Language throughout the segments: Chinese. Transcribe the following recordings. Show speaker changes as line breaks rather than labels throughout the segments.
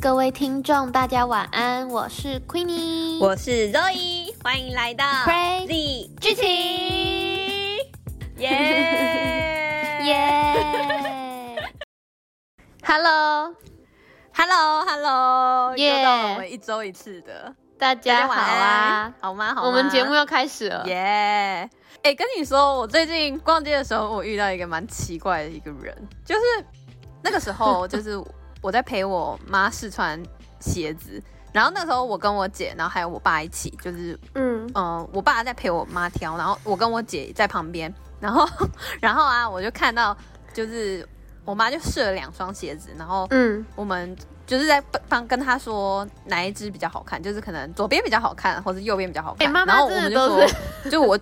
各位听众，大家晚安，我是 Queenie，
我是 Zoe，欢迎来到
Crazy
Z
剧情
耶
耶 ，Hello，
！Hello Hello，
耶
又到了我们一周一次的，
大家好
晚安
啊，
好吗？好吗？
我们节目要开始了
耶！哎、跟你说，我最近逛街的时候，我遇到一个蛮奇怪的一个人，就是那个时 候，就是我在陪我妈试穿鞋子，然后那个时候我跟我姐，然后还有我爸一起，就是
嗯，
嗯，我爸在陪我妈挑，然后我跟我姐在旁边，然后 然后啊，我就看到就是我妈就试了两双鞋子，然后
嗯
我们就是在帮帮跟她说哪一只比较好看，就是可能左边比较好看，或者右边比较好看。
哎妈妈
然后我
真的
们就
都
说，就 我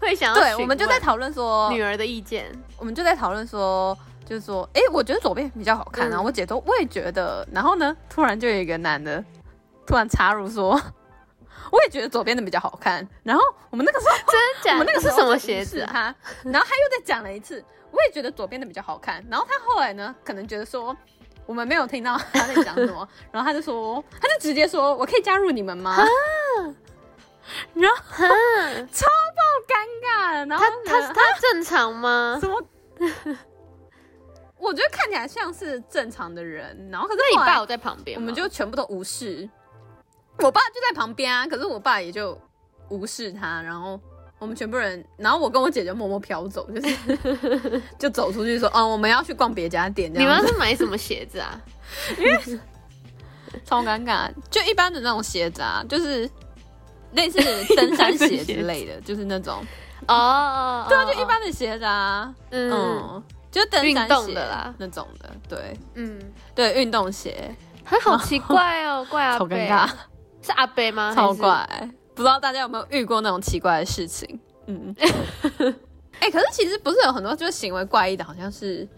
会想要
对，
询
我们就在讨论说
问，女儿的意见，
我们就在讨论说，就是说，哎，我觉得左边比较好看，
嗯
然后我姐都我也觉得，然后呢，突然就有一个男的突然插入说， 我也觉得左边的比较好看，然后我们那个时候。
真假？
我们那个时
是
候
什么鞋子
是
啊？
他， 然后他又再讲了一次，我也觉得左边的比较好看。然后他后来呢，可能觉得说我们没有听到他在讲什么， 然后他就说，他就直接说我可以加入你们吗？ 然后
啊哈
超爆尴尬的，然后
他他
呢
他正常吗？
什么？ 我觉得看起来像是正常的人，然后可是
那你
后来
爸有在旁边
我
吗，
们就全部都无视。我爸就在旁边啊，可是我爸也就无视他，然后我们全部人，然后我跟我姐就默默飘走，就是 就走出去说，嗯，我们要去逛别家店，这
你
样
们
子
是买什么鞋子 啊？
超尴尬。就一般的那种鞋子啊，就是 类似登山鞋之类的，就是那种，
哦哦，哦
对啊，就一，般的鞋子啊，
嗯
嗯，就登山
运动
鞋
的啦
那种的，对
嗯，
对，运动鞋，
还好奇怪哦，怪阿
超
贝
尴尬，，
是阿贝吗？
超
啊还是
怪，不知道大家有没有遇过那种奇怪的事情？嗯， 哎、可是其实不是有很多就是行为怪异的，好像是，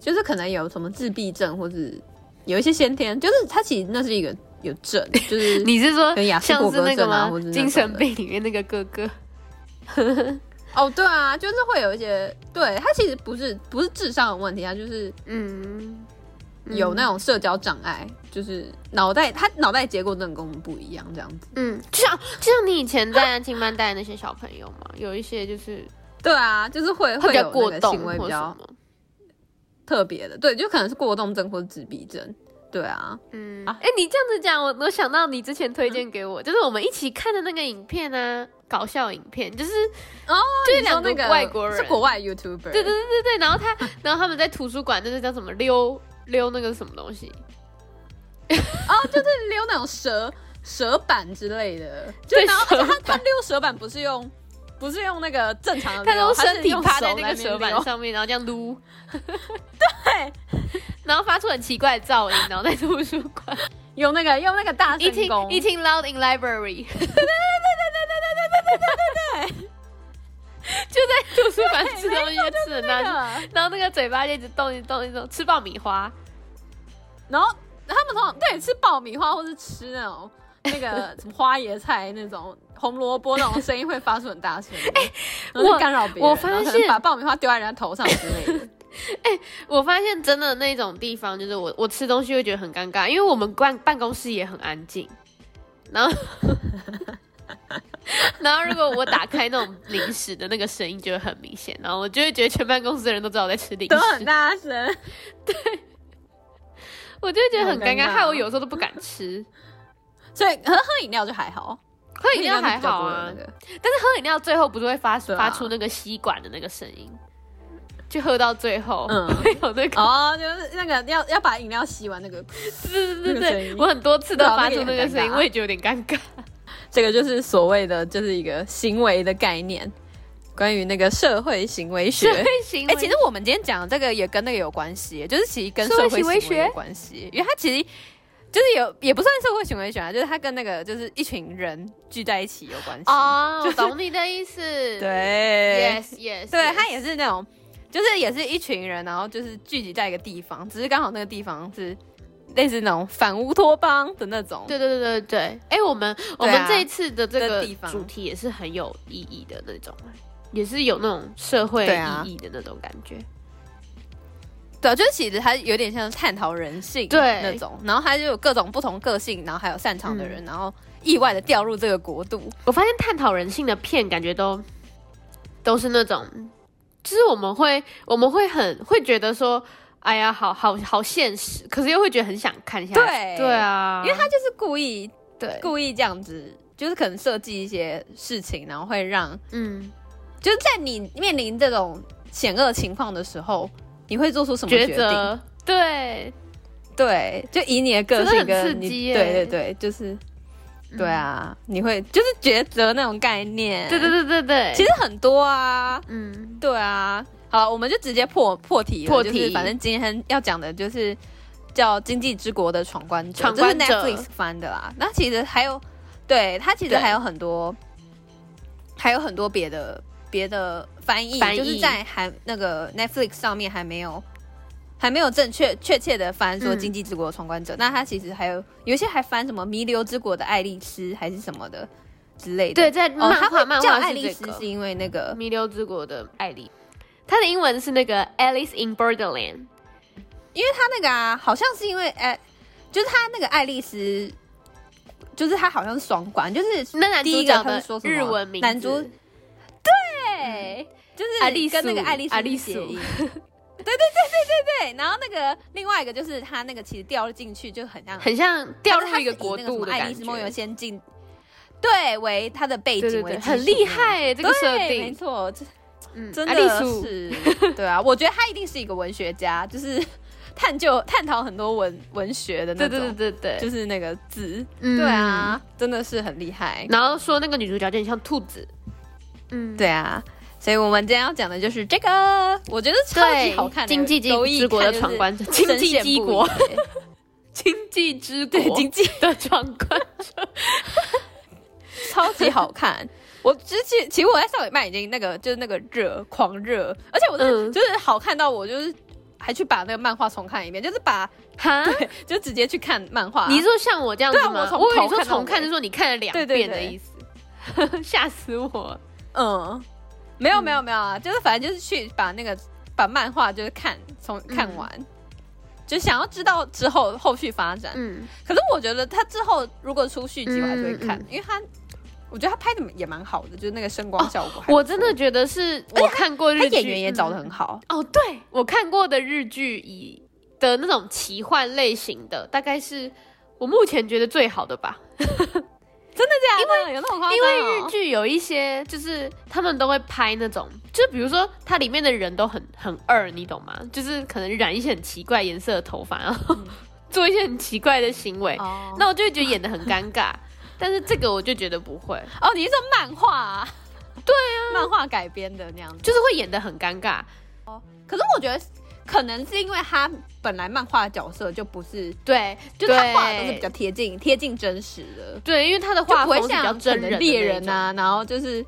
就是可能有什么自闭症，或是有一些先天，就是他其实那是一个有 症，就是
你是说
跟雅思
像
伯
是
格
那个
症啊
吗
或者？那
精
种
神
的
病里面那个哥哥，
哦，对啊，就是会有一些，对他其实不是不是智商的问题，他就是
嗯，
有那种社交障碍，就是脑袋他脑袋结构真的跟我们不一样，这样子。
嗯，就像就像你以前在安亲班带的那些小朋友嘛，有一些 就是
对啊，就是会
他
会
比较
有
过
那个
动
行为
或什
比较
么，
特别的，对，就可能是过动症或者自闭症，对啊，
嗯，哎、
啊
你这样子讲，我我想到你之前推荐给我，就是我们一起看的那个影片啊，搞笑影片，就是
哦，
就是
你说
两个
那个
外国人
是国外 YouTuber，
对对对对对，然后他然后他们在图书馆就是叫什么溜溜那个什么东西，
就是溜那种蛇蛇板之类的，就
对
然后
蛇
他他溜蛇板不是用不是用那个正常的溜，
他用
用
身体趴在
手
那个哦
边
蛇板
溜，
上面，然后这样撸，对，然后发出很奇怪的噪音，然后在图书馆
用那个用那个大声
eating
功，
eating loud in library，就在图书馆吃东西就吃很大
那
声，
个
然后那个嘴巴就一直动一直动一直动，吃爆米花，
然后他们通常对吃爆米花或是吃那种那个 什么花椰菜那种红萝卜那种声音会发出很大声 的，然后
我
就干扰别人，
哎我发
然后可能
现
把爆米花丢在人家头上之类的。
我发现真的那种地方，就是我我吃东西会觉得很尴尬，因为我们办办公室也很安静，然 后然后如果我打开那种零食的那个声音就会很明显，然后我就会觉得全办公室的人 都知道我在吃零
都很
食，
大声，
我就会觉得很尴
很尴
尬，
尬哦
害我有时候都不敢吃。
所以喝喝饮料就还好，
喝饮料还好啊
喝饮料就比较多有，那个
但是喝饮料最后不是会发、
对啊
发出那个吸管的那个声音，就喝到最后、
嗯，
会有那个，
哦，就是那个要要把饮料吸完那个，
对对对
那个声
对，
音
我很多次都
对啊
发
那
出
个
那
也
个
很
声音，
尴尬
我也觉得有点尴尬。
这个就是所谓的就是一个行为的概念，关于那个社会行为学。
对，行
哎、
为，
其实我们今天讲的这个也跟那个有关系，就是其实跟
社会
社
行
会
为
行为有关系，因为它其实就是有也不算社会行为学啊，就是它跟那个就是一群人聚在一起有关系。
哦，
就
我
是
懂你的意思。
对
，yes yes，
对
yes
他也是那种，就是也是一群人，然后就是聚集在一个地方，只是刚好那个地方是类似那种反乌托邦的那种。
对对对对对。哎，我们我
对啊
们这一次的这个
这地方
主题也是很有意义的那种，也是有那种社会
对啊
意义的那种感觉。
对对啊，就是其实他有点像探讨人性
对
那种，然后他就有各种不同个性，然后还有擅长的人，然后意外的掉入这个国度。
我发现探讨人性的片，感觉都都是那种，就是我们会我们会很会觉得说，哎呀，好好好现实，可是又会觉得很想看下去。
对
对啊，
因为他就是故意
对，
故意这样子，就是可能设计一些事情，然后会让
嗯，
就是在你面临这种险恶情况的时候，你会做出什么决
抉
定？
择，对，
对，就以你的个性
真的很刺
跟
激
你，
耶
对对对，就是
嗯
对，啊，你会就是抉择那种概念。
对对对对对，
其实很多啊，
嗯，
对啊。好，我们就直接破破题了，
破题
就是反正今天要讲的就是叫《经济之国的闯关者》，
闯关者
这是 Netflix 翻的啦。那其实还有，对它其实
对
还有很多，还有很多别的别的翻译，
翻译
就是在还那个 Netflix 上面还没有还没有正确确切的翻说《
嗯
经济之国的闯关者》那它其实还有有一些还翻什么《弥留之国的爱丽丝》还是什么的之类的。
对，在
哦，
漫
他
画、
会
漫
叫
画
爱
是
丽
这
丝
个
是因为那个
《弥留之国的艾丽》，它的英文是那个 Alice in Borderland。
他那个啊，好像是因为哎、就是他那个爱丽丝，就是他好像是双关，就是
那男
第
主
一个
角
他是
的
说什么
日文名字，
男主对，就是
爱丽
跟那个
素
爱丽
爱丽
丝
素
谐音。 对对对对对对，然后那个另外一个就是他那个其实掉进去就很像
很像掉入一个国
他是以那
度
什么
的
爱
感
丽丝梦游
觉。
仙境，对为他的背
对对
景为
对，
基础
很厉害耶这个设
对没
定，
错，这
嗯，
真
爱丽
的
素
是，对啊，我觉得他一定是一个文学家，就是 探究探讨很多文文学的那
对
种，
对对对对，
就是那个字，
嗯
对。啊，真的是很厉害，
然后说那个女主角就很像兔子，嗯，
对啊，所以我们今天要讲的就是这个，我觉得超级好看的，
经济
都一
之国
看
的
就是
闯关者，
深
经济
陷
之
不
国
已，，
经济之国
对经
济的闯关，
超级好看。我之前其实我在上礼拜已经那个就是那个热狂热，而且我真的
嗯
就是好看到我就是还去把那个漫画重看一遍，就是把
哈，
就直接去看漫画。
你是说像我这样子
对啊
吗？
我从
我以为你
头
说
看到
重看，
尾
就说你看了两
对对
遍的
对
意思， 吓死我！
嗯，没有
嗯
没有没有啊，就是反正就是去把那个把漫画就是看从看完，就想要知道之后后续发展。
嗯，
可是我觉得他之后如果出续集，我还是会看，
嗯嗯
因为他我觉得他拍的也蛮好的，就是那个声光效果还不错、
我真的觉得是我看过
他
日剧，
演员也找的很
好。
好。
哦，对我看过的日剧以的那种奇幻类型的，大概是我目前觉得最好的吧。
因为啊有那种夸
因为
哦
日剧有一些就是他们都会拍那种，就比如说它里面的人都很很二，你懂吗？就是可能染一些很奇怪颜色的头发，然后 做一些很奇怪的行为，
嗯哦
那我就会觉得演的很尴 尬。但是这个我就觉得不会，
哦，你是说漫画、啊？对啊，漫画改编的那样子。
就是会演的很尴尬。
可是我觉得可能是因为他本来漫画的角色就不是，
对，
就是他画的都是比较贴近贴近真实的。
对，因为他的
就
画
不
风
会
是比较
像可
真人
能
的
猎
那
人
种
啊，然后就是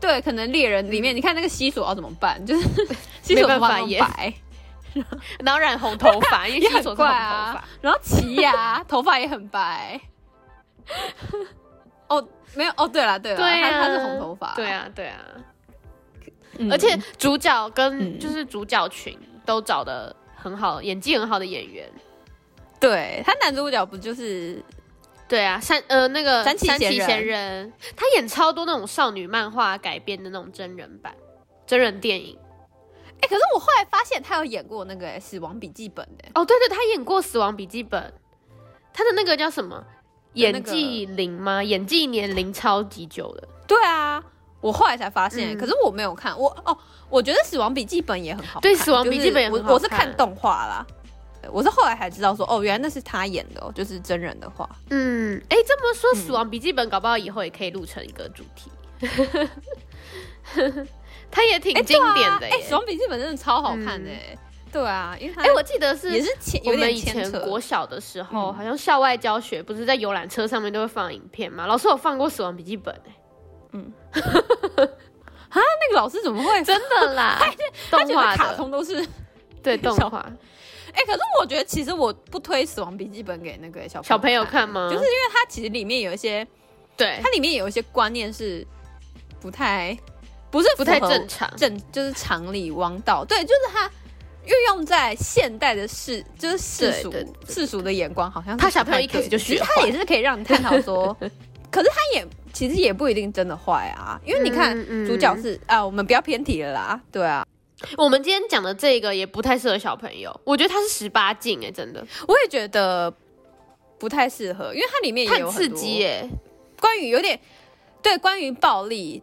对，可能猎人里面，你看那个西索要怎么办？就是 西
嗯没
索
办法
头发那么
耶
白，
然后染红头发，因为
也
西
很
索是红头
怪
发。
啊。然后奇 亚头发也很白。 哦，没有哦，对啦对啦，
对啊
他他是红头发，
对，啊，对啊，
嗯
而且主角跟
嗯
就是主角群都找的很好，演技很好的演员。
对他男主角不就是
对啊，山呃那个
山崎
山崎
贤人
贤人，他演超多那种少女漫画改编的那种真人版、真人电影。
哎，可是我后来发现他有演过那个欸《死亡笔记本》的，
哦，对对，他演过《死亡笔记本》，他的那个叫什么？
那个
演技龄吗？演技年龄超级久的，
对啊。我后来才发现欸，
嗯
可是我没有看，我哦，我觉得《死亡笔记本》也很好看，
对死亡笔记本也
就是
很好
我我是
看
看动画啦，我是后来才知道说，哦，原来那是他演的、哦，就是真人的话，
嗯，哎，这么说，《死亡笔记本》搞不好以后也可以录成一个主题， 它也挺
哎，
经典的
对
耶
啊哎、。死亡笔记本》真的超好看的、哎对啊，因为他
哎、我记得是
也是牵
我
有
们
点
以
牵
前
扯，
国小的时候，
嗯
好像校外教学不是在游览车上面都会放影片嘛？老师有放过《死亡笔记本、欸》
那个老师怎么会
真的 啦，
他
动
觉得
画
卡
的
通都是，
对动
小
画
哎、可是我觉得其实我不推《死亡笔记本》给那个小
小
朋
朋
友
友看哎吗？
就是因为它其实里面有一些，
对
它，里面有一些观念是不太不是
不太
符合
正常。
正就是常理王道，对，就是他运用在现代的世，就是世俗
对对对
世俗的眼光，好像
他
是
小
不
朋友
太
一开始
对
就
其实
学
他
坏
也是可以让你探讨 说，可是他也其实也不一定真的坏啊，因为你看
嗯嗯
主角是啊，我们不要偏题了啦，对啊，
我们今天讲的这个也不太适合小朋友，我觉得它是十八禁哎、真的
我也觉得不太适合，因为它里面
它
也有
很
很
刺
多
激哎、
关于有点对关于暴力，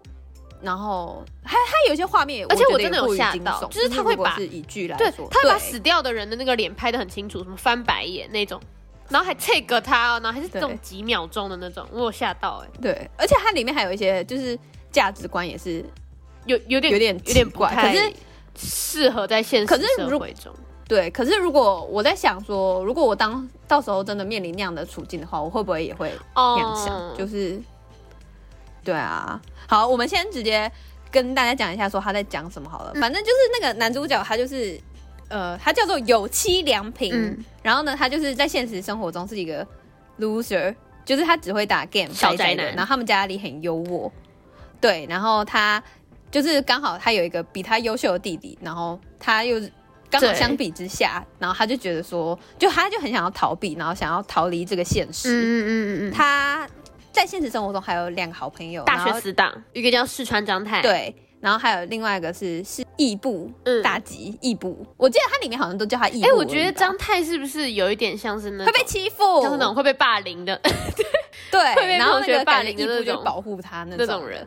然后还还有一些画面，
而且
我
我
觉得
真的
也
有
过于
吓
惊
到
悚
就是他
如
会
果
把
是以剧来
对
说，，
他会把
对
死掉的人的那个脸拍的很清楚，什么翻白眼那种，然后还 take 他、哦，然后还是这
对
种几秒钟的那种，我有吓到哎、
对，而且它里面还有一些就是价值观也是
有有点
有点
有点
奇
不
怪
太
可是
适合在现实
可是如
社会中。
对。可是如果我在想说，如果我当到时候真的面临那样的处境的话，我会不会也会
哦
那样想？就是对啊，好，我们先直接跟大家讲一下说他在讲什么好了。
嗯
反正就是那个男主角他就是。呃，他叫做有妻良平，
嗯
然后呢，他就是在现实生活中是一个 loser，就是他只会打 game
小宅
宅
男
的然后他们家里很优渥，对，然后他就是刚好他有一个比他优秀的弟弟，然后他又刚好
对
相比之下，然后他就觉得说，就他就很想要逃避，然后想要逃离这个现
嗯
实。
嗯嗯嗯，
他在现实生活中还有两个好朋友，
大
然
学
后
死党，一个叫四川张太，，
对，然后还有另外一个是是义部
嗯
大吉义部，我记得他里面好像都叫他义部
哎、
而已吧。
我觉得张太是不是有一点像是那
会
种
被哦欺负，
像是那种会被霸凌的
对，
会被
然
同
后那
学
个
霸
感觉
凌的
义
那
部就
种
保护他那
那种人，，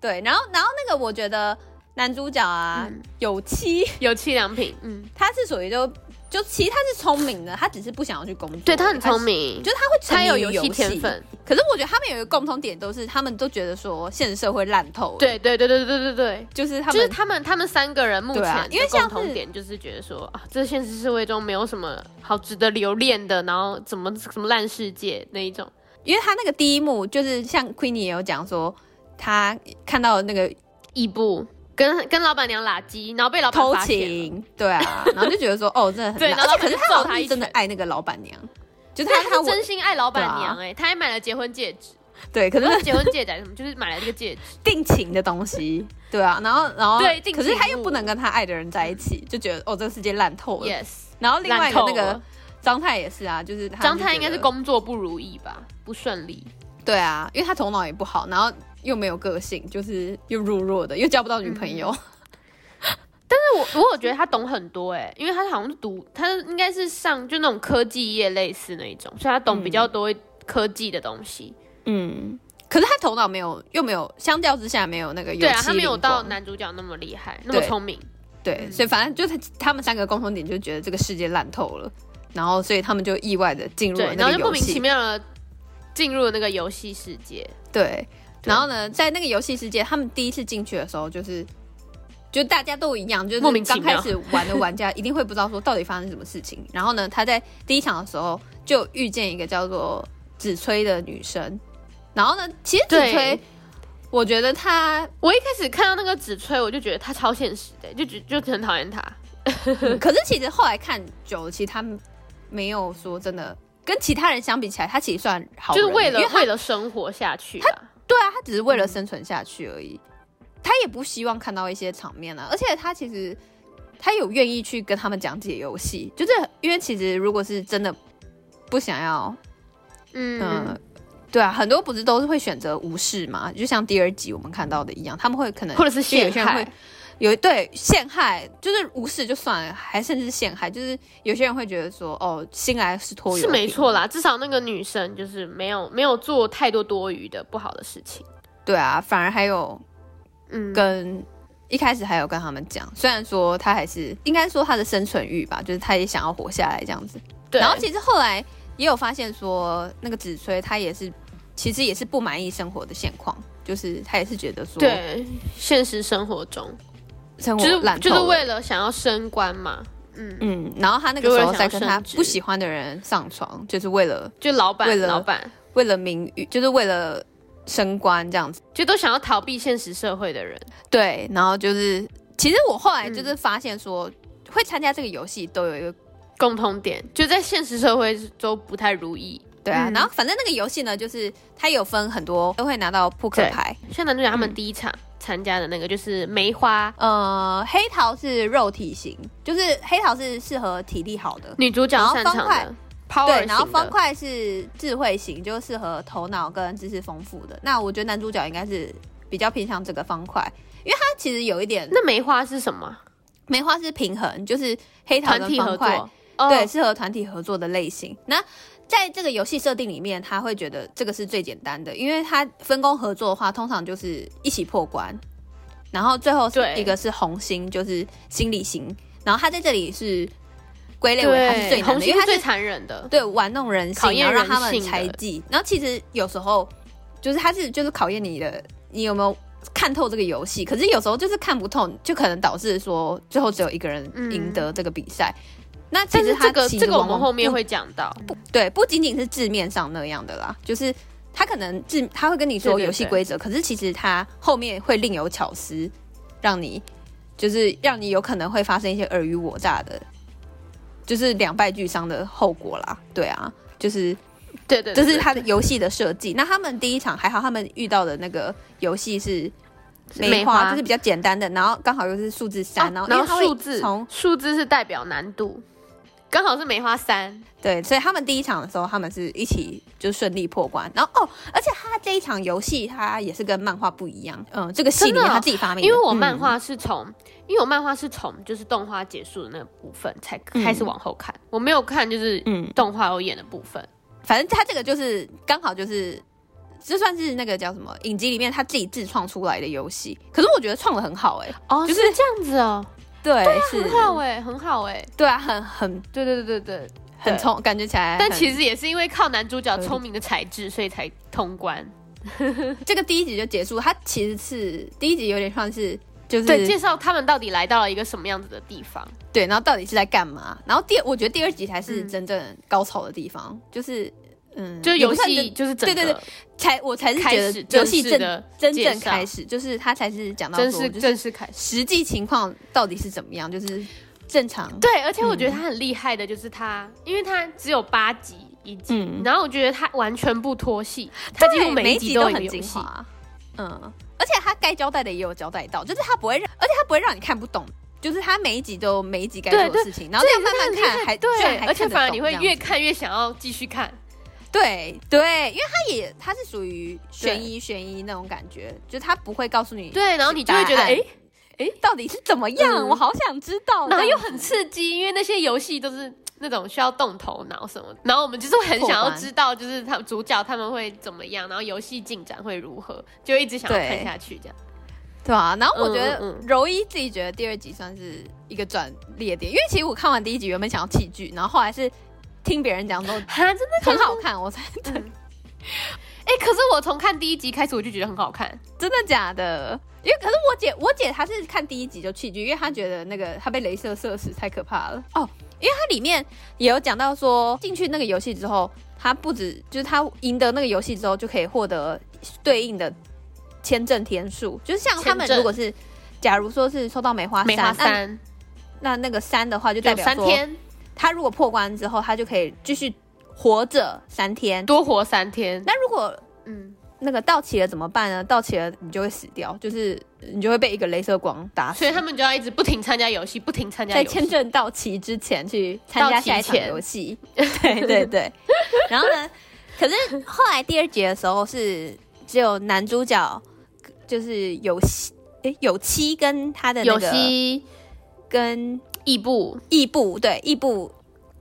对，然后然后那个我觉得男主角啊、
嗯
有妻，
有气良品，嗯，
他是属于就就其实他是聪明的，他只是不想要去工作，
对他很聪
明。
明，
就是他会沉
他
迷
有
于游
戏天分，
可是我觉得他们有一个共同点，都是他们都觉得说现实社会烂透了，，
对对对对对对对。
就是他们
就是他们，他们三个人目前
对啊
的
因为像
共
是
同点就是觉得说啊，这现实社会中没有什么好值得留恋的，然后怎么什么烂世界那一种，
因为他那个第一幕就是像 Queenie 也有讲说，他看到那个
一步跟跟老板娘拉鸡，然后被老板
偷
发现了，
情，对啊，然后就觉 得说哦，真的很
对
烂，
然
而
后
且可是
他
他
揍
好
他
像
一
是真的
拳
爱那个老板娘，就是
对
他
他
他
是真心爱老板娘
对
哎、他还买了结婚戒 指，
对，可是
不是结婚戒指还是什么，就是买了这个戒指。
定情的东西，对啊，然后然后
对定
可
情嗯
是他又不能跟他爱的人在一起，就觉得哦，这个世界烂透了。
Yes，
然后另外一个
烂透
那个
了
张太也是啊，就是他
张
就
太
觉
应该
得
是工作不如意吧，不顺利。
对啊，因为他头脑也不好，然后又没有个性，就是又弱弱的，又交不到女朋
嗯
友。
但是我我有觉得他懂很多哎、因为他好像是读，他应该是上就那种科技业类似那一种，所以他懂比较多科技的东西。
嗯，可是他头脑没有，又没有，相较之下没有那嗯个有
对啊，
机
他没有
灵光
到男主角那嗯么厉害，那么
对
聪明。
对，所以反正就是他们三个共同点，就觉得这个世界烂透了，然后所以他们就意外的进入了
对，
那
然后
个
就莫
游
名
戏
其。妙的进入了那个游戏世界。
对，
对
然后呢，在那个游戏世界，他们第一次进去的时候，就是就大家都一样，就是
莫名其
刚
妙
开始玩的玩家一定会不知道说到底发生什么事情。然后呢，他在第一场的时候就遇见一个叫做子吹的女生，然后呢，其实子
对
吹，我觉得她
我一开始看到那个纸吹，我就觉得他超现实的、欸就觉就很讨厌他。
嗯可是其实后来看久了，其实他没有说真的跟其他人相比起来，他其实算好
就
人
是
的，
为了嗯
因为他
为了生活下去啦。
对啊，他只是为了生存下去而已，他也不希望看到一些场面啊。而且他其实他有愿意去跟他们讲解游戏，就是因为其实如果是真的不想要，嗯。
嗯，
对啊，很多不是都是会选择无视嘛？就像第二集我们看到的一样，他们会可能
嗯或者是
就有
陷
些人会
害，
有对陷害，就是无视就算了，还甚至陷害，就是有些人会觉得说，哦，新来是拖油
是没
瓶
错啦。至少那个女生就是没有没有做太多多余的不好的事情。
对啊，反而还有
嗯，
跟一开始还有跟他们讲，虽然说他还是应该说他的生存欲吧，就是他也想要活下来这样子。
对。
然后其实后来也有发现说，那个子吹他也是，其实也是不满意生活的现况，就是他也是觉得说，，
对现实生活中，
生
就
活
是
烂
就
透
是
了
为了想要升官嘛，嗯，
嗯，然后他那
就
个
为
时
了
候
想
在
要
跟
升
他
职
不喜欢的人上床，就是为了
就老板
为了
老板
为了名誉，就是为了升官这样子。
就都想要逃避现实社会的人，
对，然后就是，其实我后来
嗯
就是发现说，会参加这个游戏都有一个
共同点就在现实社会都不太如意。
对啊，
嗯
然后反正那个游戏呢，就是它有分很多，都会拿到扑克牌，
像男主角他们第一场参加的那个就是梅花
呃，黑桃是肉体型，就是黑桃是适合体力好的，
女主角
然后
擅
方
长
块
的 power
对，然后
型的
方块是智慧型，就适合头脑跟知识丰富的。那我觉得男主角应该是比较偏向这个方块，因为他其实有一点
那梅花是什么啊？
梅花是平衡，就是黑桃
团
跟
体合
方块
作。哦
对，，适合团体合作的类型。那在这个游戏设定里面，他会觉得这个是最简单的，因为他分工合作的话，通常就是一起破关，然后最后是
对
一个是红心，就是心理型，然后他在这里是归类为他是最
对，
难
红
的，
心
因为
是
他
最
是
残忍的。
对玩弄人
考
性，
验
然后让他
人
们
性的
猜忌。然后其实有时候就是他是就是考验你的，你有没有？看透这个游戏，可是有时候就是看不透，就可能导致说最后只有一个人
嗯
赢得这个比赛。那其
但
实
是
他
这个
其实
这个我
往
们
往
后面
不
会讲到，
对，不仅仅是字面上那样的啦，就是他可能字他会跟你说
对对
游戏规则，可是其实他后面会另有巧思，让你就是让你有可能会发生一些尔虞我诈的，就是两败俱伤的后果啦。对啊，就是
对对，
这
对
是
对
他的游戏的设计。那他们第一场还好，他们遇到的那个游戏是梅
梅
花，
花
就是比较简单的，然后刚好又是数字三、
哦然
然后因为它
后
会
数字
从
数字是代表难度，刚好是梅花三，
对，所以他们第一场的时候，他们是一起就顺利破关。然后哦，而且他这一场游戏，他也是跟漫画不一样。嗯，这个戏里
真
面
的哦
他自己发明的，
因为我漫
嗯、
画是从，因为我漫画是从就是动画结束的那部分才开始往后看，我没有看就是
嗯
动画有演的部分，
反正他这个就是刚好就是，这算是那个叫什么影集里面他自己自创出来的游戏。可是我觉得创的很好哎、
哦
就是
这样子哦，
对，是
很，好哎，很好哎，
对啊，很很
对对对对对，
很
对
聪，感觉起来很。
但其实也是因为靠男主角
合理
聪明的才智，所以才通关。
这个第一集就结束，它其实是第一集有点像是就是
对，介绍他们到底来到了一个什么样子的地方。
对，然后到底是在干嘛？然后第我觉得第二集才是
嗯
真正高潮的地方，就是嗯，
就是
也
游
不算
戏
真
就是整个
对对才我才是
开
觉
始
得游戏
正
正
式的
真
介
正
绍
开始，就是他才是讲到
真
说
是
就是
正式开始。
实际情况到底是怎么样，就是正常
对，而且我觉
嗯
得他很厉害的就是他，因为他只有八集一集，
嗯
然后我觉得他完全不脱戏，他几乎
对每
一
集
都有
很
游
精
戏。
华，嗯，而且他该交代的也有交代到，就是他不会让，而且他不会让你看不懂。就是他每一集都有每一集该
对
做的
对
事情，然后这样慢慢看，还居然
对，
还
而且
看得
反而
懂
你会
这样
越
子
看越想要继续看。
对对，因为它也它是属于悬疑悬疑那种感觉，就是它不会告诉你
对，然后你就会觉得
答案
哎，
到底是怎么样，
嗯
我好想知道，
然后
这
又
样
很刺激，因为那些游戏都是那种需要动头脑什么的，然后我们就是会很
破
想要
关
知道，就是他们主角他们会怎么样，然后游戏进展会如何，就一直想要
对
看下去 这样。
对啊。然后我觉得
嗯嗯嗯
柔一自己觉得第二集算是一个转捩点，因为其实我看完第一集原本想要弃剧，然后后来是听别人讲 之后
哈，真的
很好看，我才
嗯哎、可是我从看第一集开始，我就觉得很好看。
真的假的？因为可是我姐，我姐她是看第一集就弃剧，因为她觉得那个她被镭射射死太可怕了哦。因为它里面也有讲到说，进去那个游戏之后，她不止就是她赢得那个游戏之后，就可以获得对应的签证天数，就是像他们
签证
如果是。假如说是抽到梅花
梅花
那
三
那那个三的话，就代
有
表
三
说
天，
他如果破关之后，他就可以继续活着三天。
多活三天。
那如果
嗯，
那个到期了怎么办呢？到期了你就会死掉，就是你就会被一个镭射光打死。
所以他们就要一直不停参加游戏，不停参加
在
游
签
戏。
证到期之前去参加下一场游戏， 对对对。然后呢，可是后来第二节的时候是只有男主角，就是有希诶有七跟他的那
有
个
希
跟
异步，
异步对异步，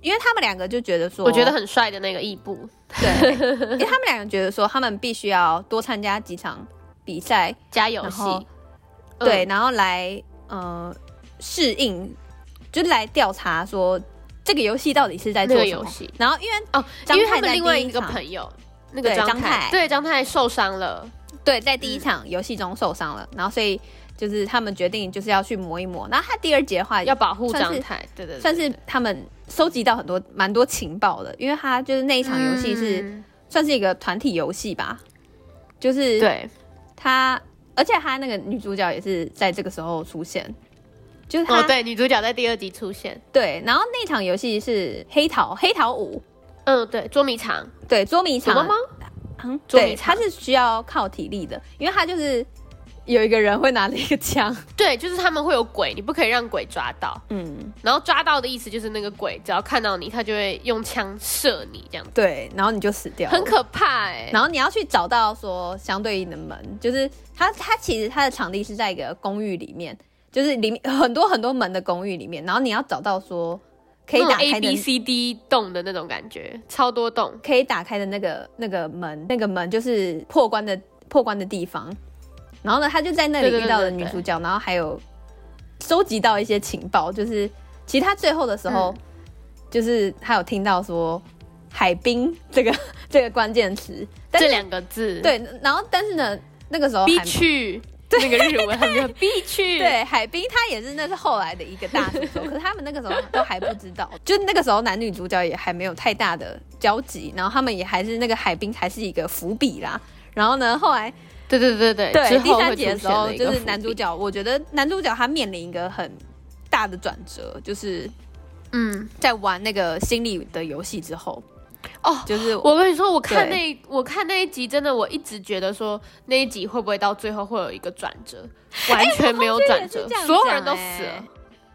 因为他们两个就觉得说，
我觉得很帅的那个异步，
对，因为他们两个觉得说他们必须要多参加几场比赛，
加游
然
戏
后。
嗯
对，，然后来呃适应，就是来调查说这个游戏到底是在做
那个
什么
游戏。
然后因为
哦，
张
因为
泰
他
在
们另外
第一
一个
场
朋友，那个
对
张
张泰
对张泰受伤了，
对在第一场游戏中受伤了，然后所以就是他们决定就是要去磨一磨。然后他第二节的话，
要保护
呃算
张
是
泰，对对对，
算是他们收集到很多蛮多情报的，因为他就是那一
一
场游戏是、
嗯
算是一个团体游戏吧，就是
对，
他，而且他那个女主角也是在这个时候出现。就是他、
哦对，女主角在第二集出现，
对，然后那场游戏是黑桃黑桃五，
嗯，对，捉迷藏，
对，捉迷
躲
藏
猫猫，
嗯，
捉
对，
迷
它
藏
是需要靠体力的，因为它就是有一个人会拿着一个枪，
对，就是他们会有鬼，你不可以让鬼抓到。
嗯，
然后抓到的意思就是那个鬼只要看到你，他就会用枪射你，这样子
对，然后你就死掉了，
很可怕哎、
然后你要去找到说相对应的门，就是它它其实它的场地是在一个公寓里面，就是里面很多很多门的公寓里面，然后你要找到说可以
那种
打
A
开
B
的。
C D 洞的那种感觉，超多洞。
可以打开的那个那个门，那个门就是破关的破关的地方。然后呢，他就在那里
对对对
遇到了
对
女
对
主角，然后还有收集到一些情报，就是其实他最后的时
嗯
候，就是他有听到说海滨这个这个关键词，但
这
是
两个字，
对，然后但是呢，那个时候
，B
海
区那个日文还 没有 B 区，，
对海滨他也是那是后来的一个大主轴，可是他们那个时候都还不知道，就是那个时候男女主角也还没有太大的交集，然后他们也还是那个海滨还是一个伏笔啦。然后呢，后来
对对对对
对，
之
第
后
三
会
集的
出
时
现
候，
的一个
就是
伏
男主
笔，
角，我觉得男主角他面临一个很大的转折，就是
嗯，
在玩那个心理的游戏之后，
哦。
就是
我跟你说，我看
对
那我看那一集，真的，我一直觉得说那一集会不会到最后会有一个转折，
哎
完全没有转折，所有人都死了，。
欸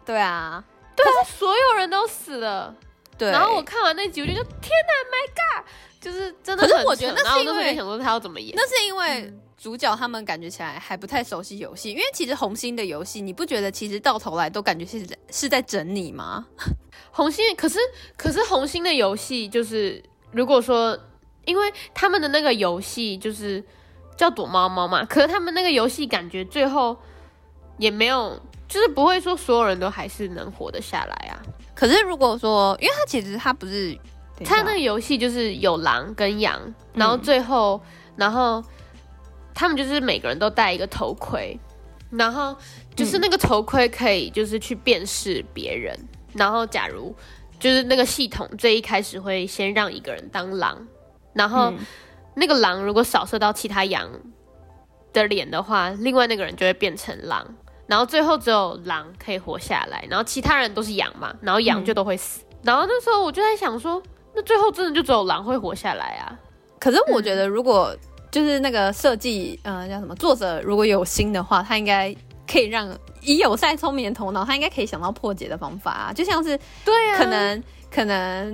对啊，
对啊，所有人都死了。
对。
然后我看完那集，我就觉得天哪，My God，就是真的
可
很
是
扯。
我觉得那是
然后
因
那时候
为
就想说他要怎么演，
那是因为主角他们感觉起来还不太熟悉游戏，因为其实红星的游戏，你不觉得其实到头来都感觉是在是在整你吗？
红星，可是可是红星的游戏就是，如果说因为他们的那个游戏就是叫躲猫猫嘛，可是他们那个游戏感觉最后也没有，就是不会说所有人都还是能活得下来啊。
可是如果说，因为他其实他不是
他那个游戏就是有狼跟羊，然后最后，然后他们就是每个人都戴一个头盔，然后就是那个头盔可以就是去辨识别人，然后假如就是那个系统最一开始会先让一个人当狼，然后
嗯
那个狼如果扫射到其他羊的脸的话，另外那个人就会变成狼。然后最后只有狼可以活下来，然后其他人都是羊嘛，然后羊就都会死。然后那时候我就在想说，那最后真的就只有狼会活下来啊？
可是我觉得，如果就是那个设计，呃，叫什么作者如果有心的话，他应该可以让以有赛聪明的头脑，他应该可以想到破解的方法、啊，就像是
对啊，
可能、可能，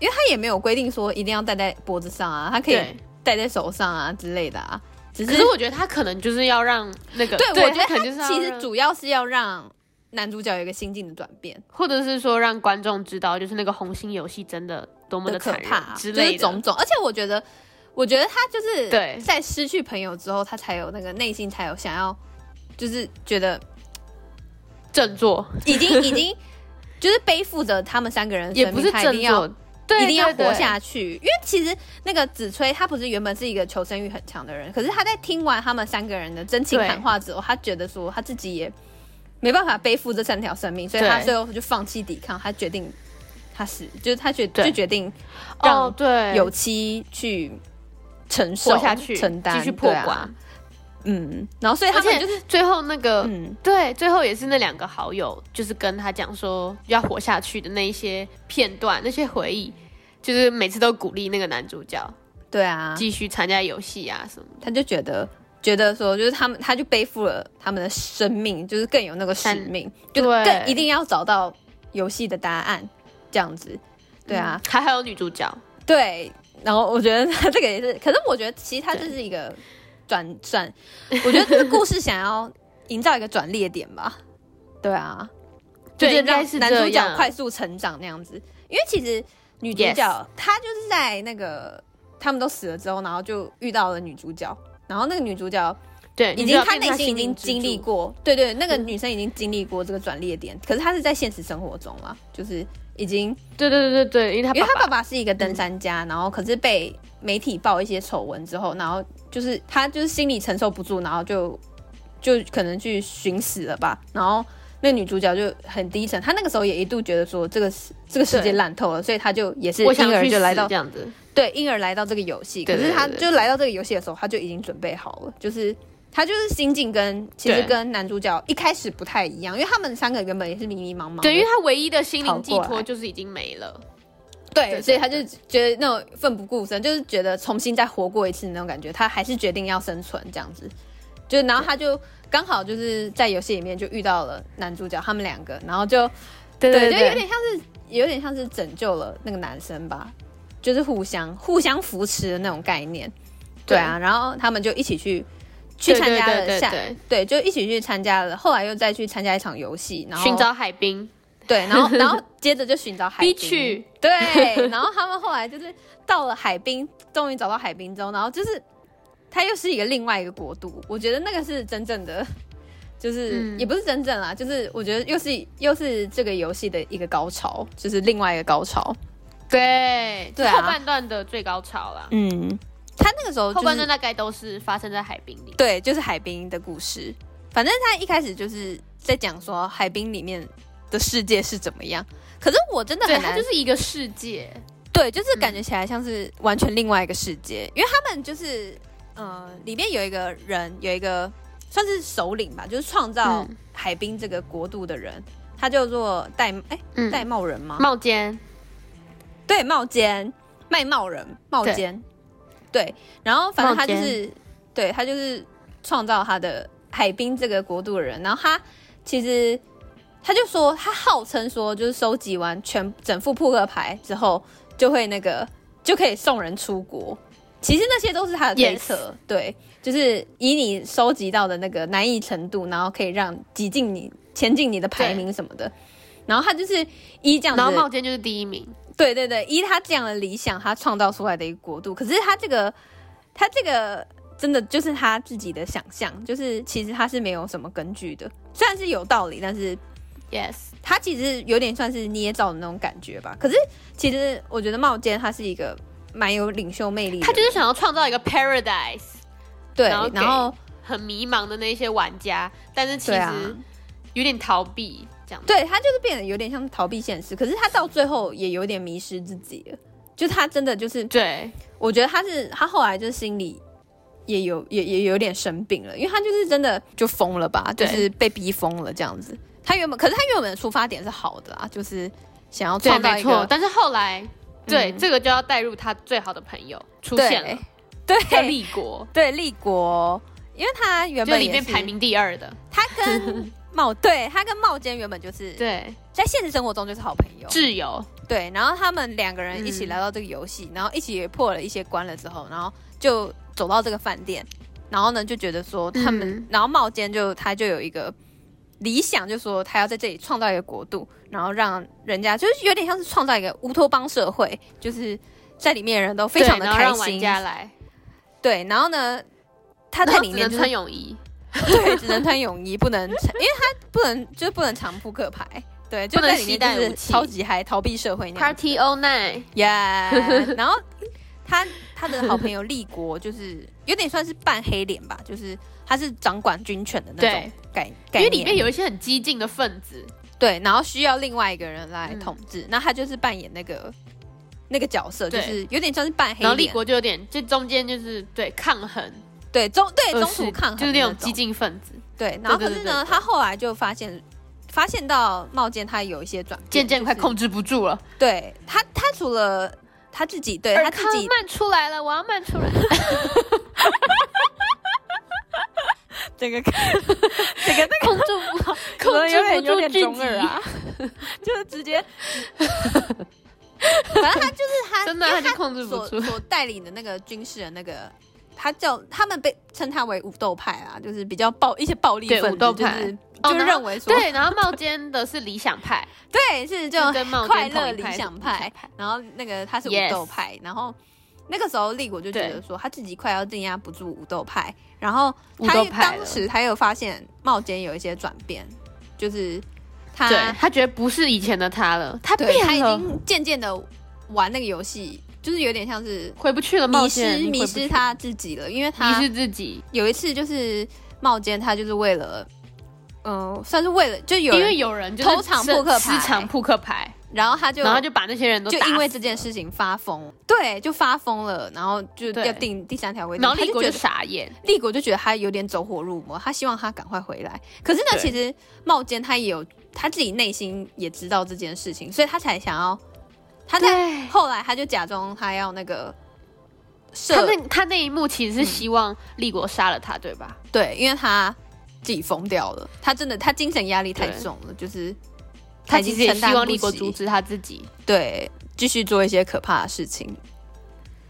因为他也没有规定说一定要戴在脖子上啊，他可以
对。
戴在手上啊之类的啊，只
可
是
是我觉得他可能就是要让那个，
对我觉得
他可能就是要
其实
让
主要是要让男主角有一个心境的转变。
或者是说让观众知道，就是那个红心游戏真的多么的
的可
残忍
怕啊
之
就
类
是
的。
种种。而且我觉得，我觉得他就是
对
在失去朋友之后，他才有那个内心才有想要，就是觉得
振作
已经已经就是背负着他们三个人的
也
生
不
命
是
他一
振
定要
作，对，
一定要
对对
活下去。因为其实那个子吹他不是原本是一个求生欲很强的人，可是他在听完他们三个人的真情
对
喊话之后，他觉得说他自己也没办法背负这三条生命，所以
对
他最后就放弃抵抗，他决定。他死，就是他决
对
就决定让
哦，对，
有期去承受
活下去，
承担，
继续破
对啊
关。
嗯，然后所以他
而
们
且
就是，
就是最后那个，
嗯，
对，最后也是那两个好友，就是跟他讲说要活下去的那一些片段，那些回忆，就是每次都鼓励那个男主角
对啊，
继续参加游戏啊什么的。
他就觉得觉得说，就是他们，他就背负了他们的生命，就是更有那个使
但
命，就是
对
更一定要找到游戏的答案，这样子，对啊，
嗯，还还有女主角，
对，然后我觉得 他这个也是，可是我觉得其实他这是一个转转，我觉得这个故事想要营造一个转捩点吧，对啊，就
对
是
应该
让
是
男
这
主角
样
快速成长那样子，因为其实女主
Yes
角她就是在那个他们都死了之后，然后就遇到了女主角。然后那个女主角
对，
已
女
经，
主角
她
变成
内
他
心已
心灵
经
支柱嗯
经历，过，对对，那个女生已经经历过这个转捩点，可是她是在现实生活中啊，就是已经
对对对对对，因为他
因为他爸
爸嗯
爸是一个登山家，然后可是被媒体爆一些丑闻之后，然后就是他就是心里承受不住，然后就就可能去寻死了吧。然后那女主角就很低沉，她那个时候也一度觉得说这个世这个世
对
界烂透了，所以她就也是
我想
因而
去
就来
死
到
这样子，
对，因而来到这个游戏。可
对
是他
对对
就来到这个游戏的时候，他就已经准备好了，就是他就是心境跟其实
对
跟男主角一开始不太一样，因为他们三个原本也是迷迷茫茫的，
对，因为他唯一的心灵寄
跑过来
托就是已经没了。
对，
对
所以他就觉得那种奋不顾身，就是觉得重新再活过一次那种感觉，他还是决定要生存这样子，就然后他就刚好就是在游戏里面就遇到了男主角，他们两个，然后就
对对
就有点像是有点像是拯救了那个男生吧，就是互相互相扶持的那种概念。对啊，然后他们就一起去去
对
参加
对
了
对
下，
对
对，就一起去参加了，后来又再去参加一场游戏，然
对，
后
寻找海滨
对，然后 然后接着就寻找海
必
滨
去，
对，然后他们后来就是到了海滨，终于找到海滨州，然后就是它又是一个另外一个国度，我觉得那个是真正的，就是、
嗯
也不是真正啦，就是我觉得又是又是这个游戏的一个高潮，就是另外一个高潮，
对
对啊
后半段的最高潮啦。
嗯，他那个时候、就是、
后半段大概都是发生在海滨里，
对，就是海滨的故事。反正他一开始就是在讲说海滨里面的世界是怎么样，可是我真的
对，
很
它
难，
就是一个世界，
对，就是感觉
嗯
起来像是完全另外一个世界，因为他们就是呃，里面有一个人，有一个算是首领吧，就是创造
嗯
海滨这个国度的人，他叫做戴哎
嗯，
戴帽人吗？
帽间，
对，帽间卖帽人，帽间，对，然后反正他就是，对他就是创造他的海滨这个国度的人，然后他其实他就说，他号称说就是收集完全整副扑克牌之后，就会那个就可以送人出国。其实那些都是他的推
Yes
测对，就是以你收集到的那个难易程度，然后可以让挤进你前进你的
对
排名什么的。然后他就是依这样子
然
的，
后帽间就是第一名，
对对对，依他这样的理想，他创造出来的一个国度。可是他这个，他这个真的就是他自己的想象，就是其实他是没有什么根据的。虽然是有道理，但是
yes，
他其实有点算是捏造的那种感觉吧。可是其实我觉得茂坚他是一个蛮有领袖魅力的人，
他就是想要创造一个 paradise，
对，
然后给
然后
很迷茫的那些玩家，但是其
对啊
实有点逃避这样子。
对他就是变得有点像逃避现实。可是他到最后也有点迷失自己了，就他真的就是
对，
我觉得他是他后来就是心里也有也也有点生病了，因为他就是真的就疯了吧，就
对
是被逼疯了这样子。他原本可是他原本的出发点是好的啊，就是想要
对，
创造
没
一
错。
个嗯
但是后来，对、这个就要带入他最好的朋友出现了，
对
叫立国，
对立国，因为他原
就
本
里面
也是
排，名第二的，
他跟茂对他跟茂坚原本就是
对，
在现实生活中就是好朋友，
挚友，
对，然后他们两个人一起
嗯
来到这个游戏，然后一起也破了一些关了之后，然后就走到这个饭店，然后呢就觉得说他们，
嗯
然后冒尖就他就有一个理想，就说他要在这里创造一个国度，然后让人家就是有点像是创造一个乌托邦社会，就是在里面的人都非常
对
的
然后
开
让玩
心，
家来，
对，然后呢他
他
在里面就是
穿泳衣，
对，只能穿泳衣，不能， 因为他不能，就是不能藏扑克牌，对，就
不能
在里面
携带
就是
武器
超级嗨，逃避社会那样子
Party all night，
Yeah，然后他他的好朋友立国就是有点算是半黑脸吧，就是他是掌管军权的那种
对
概概
因
念，
为里面有一些很激进的分子，
对，然后需要另外一个人来
嗯
统治，那、他就是扮演那个那个角色，就
对
是有点像是半黑
然后
脸，
立国就有点，就中间就是对抗衡，
对中对中
恶势
途抗衡
就是
那
那种激进分子，
对，然后可
对对
是
对
呢，
对
他后来就发现。发现到茂健他有一些转变，
渐渐快
就是
控制不住了。
对他，他除了他自己，对
尔
他自
哎康
己，
慢出来了，我要慢出来。
这个 这个
控制不控
可能有
制
点
不
有
住
点
自己
中二啊， 就是直接，反正他就是他，
真的
因为
他就控制不
所
住。
所带领的那个军事的那个，他叫他们被称他为武斗派啦，就是比较暴一些暴力
对
分
武
子，
斗
就
派
是
哦
就
然后
认为 说，
对，然后冒尖的是理想 派，
对是这
就
种
跟冒
快
尖
乐
同一
理
派是
想
理
派，然后那个他是武斗
Yes
派，然后那个时候立国就觉
对
得说他自己快要镇压不住武斗派，然后
武
他
斗
又
派
当
了
时他又发现茂间有一些转变，就是他
对他觉得不是以前的他了，他
对
变
他已
了，
经渐渐的玩那个游戏，就是有点像是
回不去了，冒
迷
尖
失
你回
迷
不去
失，他自己了，因为他
迷失自己，
有一次就是冒尖，他就是为了，嗯、算是为了就有
因为
人，
有人就是
偷藏扑克牌
私藏扑克牌，
然后他就
然后就把那些人都
就
打死
因为这件事情发疯，对，就发疯了，然后就
对
要定第三条规定，
然后
他
立
就
国
觉
就
得
傻眼，
立国就觉得他有点走火入魔，他希望他赶快回来。可是呢，
对
其实茂坚他也有他自己内心也知道这件事情，所以他才想要他在
对
后来他就假装他要那个
他
设
那他那一幕其实是希望立国杀了他，对吧？
对，因为他自己疯掉了，他真的他精神压力太重了，就是
他
已
其
经
实也
承担
希望
不
立国
起
阻止他自己。
对，继续做一些可怕的事情。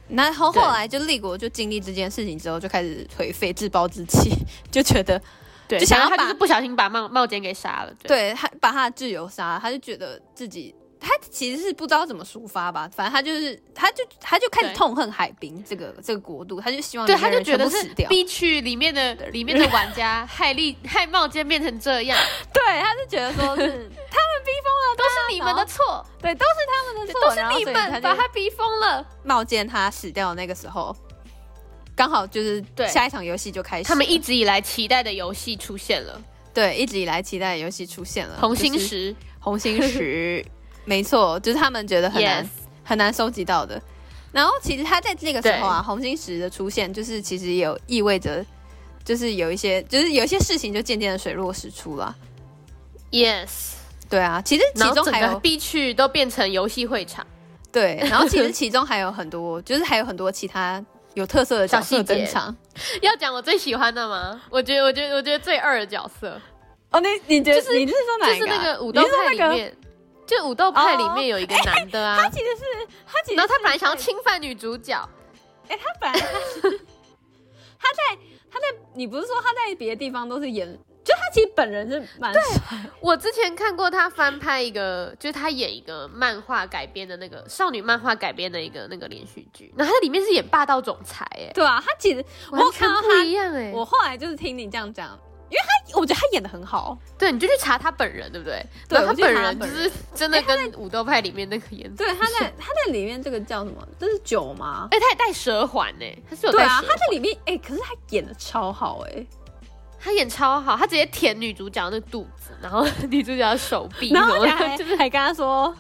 然后后来就立国就经历这件事情之后，就开始颓废、自暴自弃， 就觉得
对，
就想要
反正他就
把
是不小心把帽帽尖给杀了。对，
对他把他的挚友杀了，他就觉得自己他其实是不知道怎么抒发吧，反正他就是他就他就开始
对
痛恨海滨这个这个国度，他就希望
对，
里
他
面
就
人
觉
全
得
部
是
死 掉，
B 区里面的里面的玩家害立害帽尖变成这样，
对，他就觉得说是
都是你们的错，
对都是他们的错，
都是
然后
你
所以
们
就
把他逼疯了。
冒尖他死掉的那个时候，刚好就是
对
下一场游戏就开始了，
他们一直以来期待的游戏出现了，
对一直以来期待的游戏出现了，
红心
就是
石。
红心 石，没错，就是他们觉得很难
Yes
很难收集到的。然后其实他在这个时候啊，红心石的出现，就是其实也有意味着，就是有一些，就是有一些事情就渐渐的水落石出了。
Yes，
对啊，其实其
然后
中
整
还
个
有
B 区都变成游戏会场，
对，然后其实其中还有很多，就是还有很多其他有特色的角
小
色
细节
登场。
要讲我最喜欢的吗？我觉得，我觉得，我觉得最二的角色
哦，你你觉得、
就是
你是说哪
就
一
是
个啊、
那个武
你
斗
是说
派里
那个
面，就武斗派里面有一个男的啊，
其实是他其实
然后他本来想要侵犯女主角，
哎、他本来他他在他在你不是说他在别的地方都是演，就他其实本人是蛮帅
我之前看过他翻拍一个，就是他演一个漫画改编的那个少女漫画改编的一个那个连续剧，然后他里面是演霸道总裁、哎，
对啊，他其实我有
完全
看到
不
他，
一样、哎，
我后来就是听你这样讲，因为他我觉得他演的很好，
对，你就去查他本人，对不对？
对
然后他
我去查
本
他
人就
本
是真的跟武斗派里面那个颜值，
对，他 在他在里面这个叫什么？这是酒吗？
哎、他也戴蛇环呢、哎他是有
对
戴蛇
啊
环，，
他在里面哎、可是他演的超好哎、
他演超好，他直接舔女主角那肚子，然后女主角的手臂，
然后
什么
而且
的
还就是还跟他说。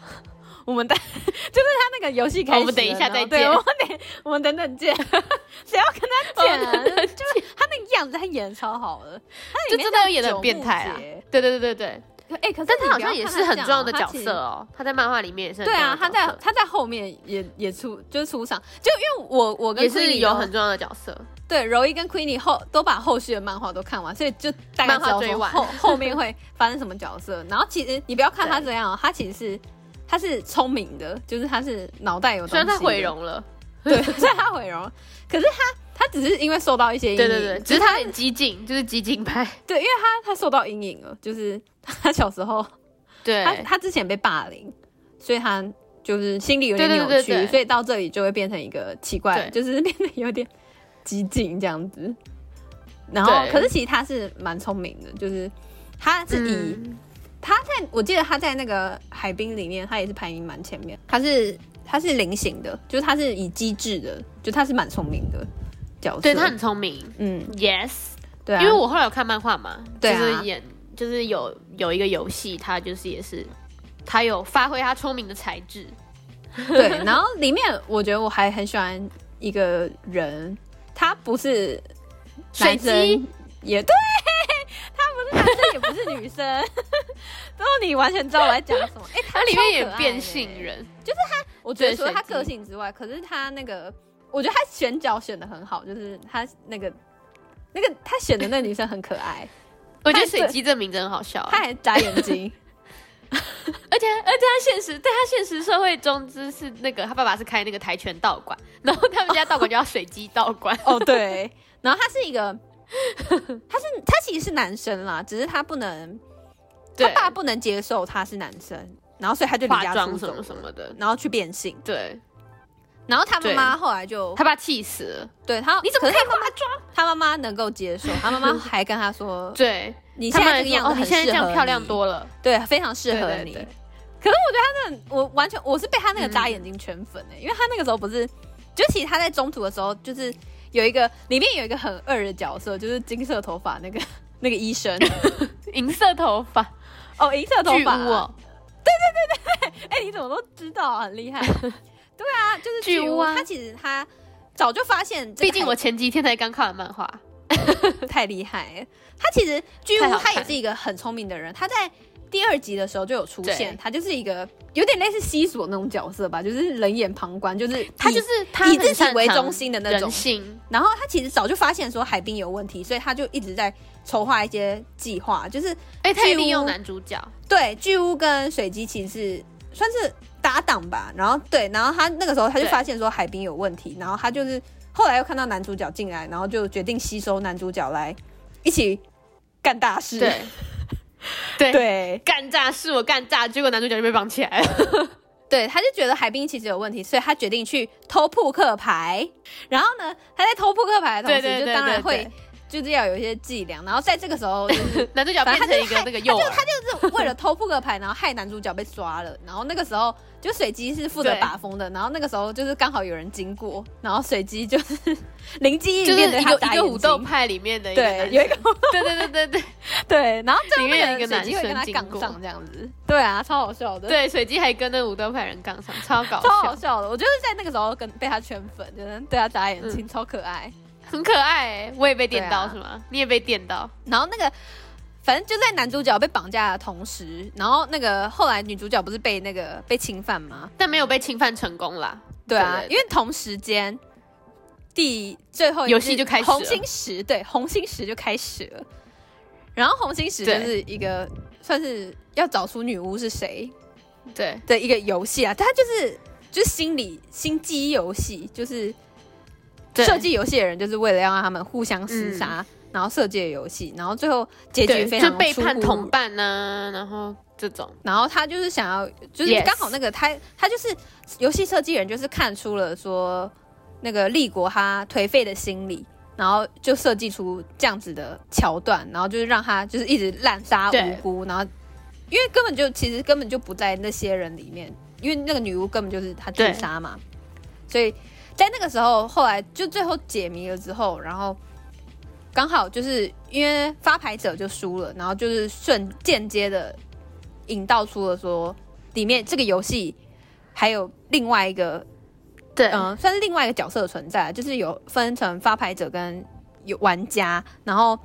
我们待， 就是他那个游戏开始了，
我们等一下再见
然后对我们等，我们等等 见。谁要跟他见啊？
我们等
就是他那个样子，他演的超好的，他里
就
面
真的有
叫
演的
久
很变
木
态啊
姐。
对对对对对，
可哎、可是
但
你
他好
不要
像也
看
是很
这样
重要的
他
角
其实
色哦，他在漫画里面也是很
对啊，
重
他
要的角
在
色
他在后面也也出就是出场，就因为我我跟哦
也
Queenie
是
都
有很重要的角色。
对柔一跟 Queenie 后都把后续的漫画都看完，所以就大概
漫
知
画
道
追
说
完
后后面会发生什么角色。然后其实你不要看他这样哦，他其实是他是聪明的，就是他是脑袋有东西
虽然
的，
他毁容了，
对，虽然他毁容，可是他他只是因为受到一些阴影，
对对对，只是他很激进，就是激进派。
对，因为他他受到阴影了，就是他小时候
对
他他之前被霸凌，所以他就是心里有点
对
扭
对
曲，
对对
所以到这里就会变成一个奇怪，
对
就是变得有点激进这样子。然后，
对
可是其实他是蛮聪明的，就是他是以、
嗯
他在我记得他在那个海滨里面，他也是排名蛮前面，他是他是菱形的，就是他是以机智的，就他是蛮聪明的角色。
对他很聪明
嗯，
，yes。
对啊，
因为我后来有看漫画嘛，就
对啊
是演就是有有一个游戏，他就是也是他有发挥他聪明的才智，
对，然后里面我觉得我还很喜欢一个人，他不是
水
男
姬
生，也 对，他不是男生也不是女生， 然后你完全知道我在讲什么。哎、
他里面
超可
也
爱
变
的
性人，
我觉得除了
对
他
水
个
姬
性之外，可是他那个，我觉得他选角选的很好，就是他那个那个他选的那个女生很 可爱，
我觉
他
得
还
水姬这名真的好笑，啊
她还眨眼 睛，
而且而且他现实对他现实社会中之是那个他爸爸是开那个跆拳道馆， 然后他们家道馆就叫水姬道馆，
哦，对，然后他是一个，他是他其实是男生啦，只是他不能，他
对
爸不能接受他是男生，然后所以 他就离
化
家出
妆什
走
么什
了，
么的，
然后去变性，
对
然后他妈
对
妈后来就
他爸气死了，
对他，
你怎么
可
可
是
以化妆？
他妈妈能够接 受，他妈妈还跟他说，
对，
你
他
现
们
在
还
这
说
个样
哦，
子
你
很
现在
适
这样
合
漂亮
你，
多了，
对，非常适
对
合
对嗯
你。
对
可是我觉得他那我完全我是被他那个扎眼睛圈粉哎、因为他那个时候不是，就其实他在中途的时候就是有一个里面有一个很二的角色，就是金色头发那个 那个 医生
银色头发，
哦，银色头
巨
发、
污哦，
哎、你怎么都知道啊，很 厉害。对啊，就是
巨
巨
屋
屋
啊
他其实他早就发现这个
毕
海，
竟我前几天才刚看完漫画，
太厉害了。他其实巨屋
太好
他
看
也是一个很聪明的人，他在第二集的时候就有出现
对，
他就是一个有点类似西索那种角色吧，就是冷眼旁观，就是
他
以
就是他
以自
很
己
擅
为
长
中心的那种
人。性，
然后他其实早就发现说海滨有问题，所以他就一直在筹划一些计划，就是
哎、他也
巨
利用
物
男主角，
对巨屋跟水机其实是算是搭档吧。然后对，然后他那个时候他就
对
发现说海滨有问题，然后他就是后来又看到男主角进来，然后就决定吸收男主角来一起干大事。
对，对
对，
干炸是我干炸，结果男主角就被绑起来了。
对，他就觉得海滨其实有问题，所以他决定去偷扑克牌。然后呢，他在偷扑克牌的同时，
对对对
就当然
对
会就是要有一些伎俩。然后在这个时候，就是
男主角
反
变
正
成一个那个诱饵，
就是为了偷扑克牌，然后害男主角被抓了。然后那个时候，就水姬是负责
对
把风的。然后那个时候就是刚好有人经过，然后水姬就是 灵机一
就
变
是
地
一
他
个
打
一
眼
个
睛
武斗派里面的一个男
对，
生，
有一个
对对对对 对
对，然后最后
里面
那
有一个
水姬
男
会跟
生
他
经
杠
过
上这样子。对啊，超好笑的。
对，水姬还跟那武斗派人杠上，超搞
超好
笑，
笑的，我就是在那个时候跟被他圈粉，真的对他眨眼
嗯
睛，超可爱。
很可爱、欸。我也被电到、
对啊
是吗？你也被电到？
然后那个，反正就在男主角被绑架的同时，然后那个后来女主角不是被那个被侵犯吗？
但没有被侵犯成功啦。
对啊，
对对对
因为同时间第最后一日
游戏就开始了
红心石对红心石就开始了。然后红心石就
对
是一个算是要找出女巫是谁
对，
的一个游戏啊，它就是就是心理心机游戏，就是
对
设计游戏的人就是为了要让他们互相厮杀，然后设计的游戏，然后最后结局
对，
非
就
常
背
出
叛
乎
同伴呢、然后这种，
然后他就是想要，就是
Yes
刚好那个他他就是游戏设计人，就是看出了说那个立国他颓废的心理，然后就设计出这样子的桥段，然后就是让他就是一直滥杀无
对
辜，然后因为根本就其实根本就不在那些人里面，因为那个女巫根本就是他自
对
杀嘛，所以在那个时候，后来就最后解谜了之后，然后刚好就是因为发牌者就输了，然后就是顺间接的引导出了说里面这个游戏还有另外一个，
对
嗯、算是另外一个角色的存在，就是有分成发牌者跟有玩家，然后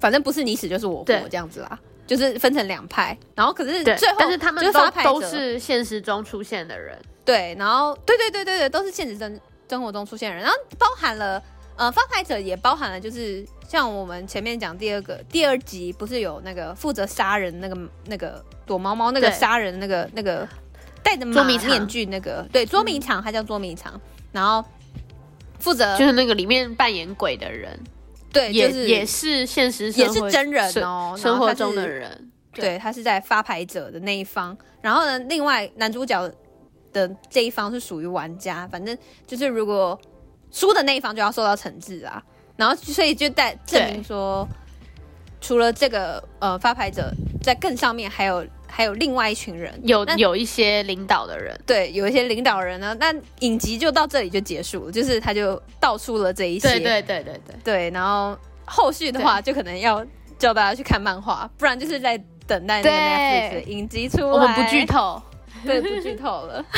反正不是你死就是我活
对
这样子啦。就是分成两派，然后可是
对
最后，
但是他们
就是
都
发牌者
都是现实中出现的人，
对，然后对对对对对，都是现实生生活中出现的人，然后包含了呃发牌者，也包含了就是像我们前面讲第二个第二集不是有那个负责杀人那个那个躲猫猫那个
对
杀人那个那个戴着马
嗯捉迷藏
面具那个对捉迷藏，它叫捉迷藏，然后负责
就是那个里面扮演鬼的人，
呃对
也
就是
也是现实生
也
活
是真人
生
哦，然
生
后
活
他
中
是
的人，对
对他是在发牌者的那一方。然后呢，另外男主角的这一方是属于玩家，反正就是如果输的那一方就要受到惩治啊。然后所以就在证明说，除了这个呃发牌者，在更上面还有还有另外一群人，
有
那
有一些领导的人，
对有一些领导人呢。那影集就到这里就结束了，就是他就道出了这一些，
对对对对对，
对，然后后续的话就可能要叫大家去看漫画，不然就是在等待那个 Netflix
对
的影集出来。
我们不剧，透，
对，不剧透了。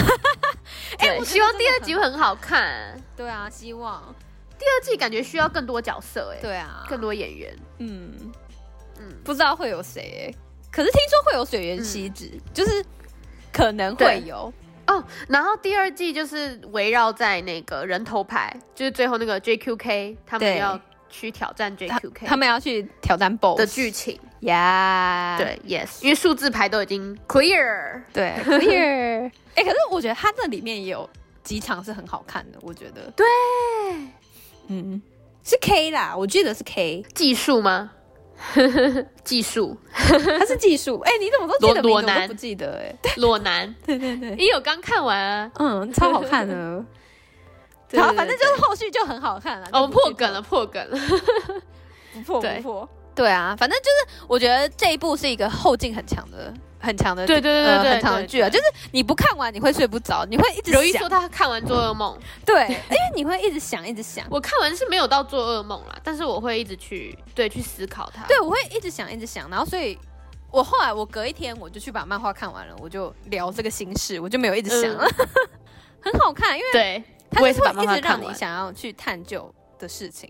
哎、
我觉得
希望
真的
第二集会很好看，
对啊，希望。
第二季感觉需要更多角色、哎，
对啊，
更多演员，
嗯嗯
嗯，
不知道会有谁欸、可是听说会有水原希子，
嗯
就是可能会
对
有。
然后第二季就是围绕在那个人头牌，就是最后那个 JQK 他
对
们要去挑战
他
JQK
他们要去挑战 BOSS
的剧情，
呀
对，yes，因为数字牌都已经 clear，
对，clear。哎、 可是我觉得它这里面也有几场是很好看的，我觉得。对，嗯，是 K 啦，我记得是 K，
技术吗？技术
他是技术。哎、你怎么都记得名
裸
字，我
男
都不记得哎、
裸男，
对对对，
因为我刚看完啊，
嗯，超好 看的。
对
然后
对
反正
对
就是后续就很好看了。
哦，我
就
们
不
破
剧
梗
透
了，，破梗了，
不破
对
不破。对啊，反正就是我觉得这一部是一个后劲很强的、很强的，
对对对
呃
对对
很强的
对
剧啊。就
对
是你不看完你会睡不着，你会一直
柔一
想
说，他看完做噩梦，
对，因为你会一直想，一直想。
我看完是没有到做噩梦啦，但是我会一直去对去思考它。
对，我会一直想，一直想，然后所以。我后来，我隔一天我就去把漫画看完了，我就聊这个心事，我就没有一直
嗯
想了， 很好看，因为
对，
它
我
就
也
是
是把
会
漫
一
画
直
看
让你
完。
想要去探究的事情，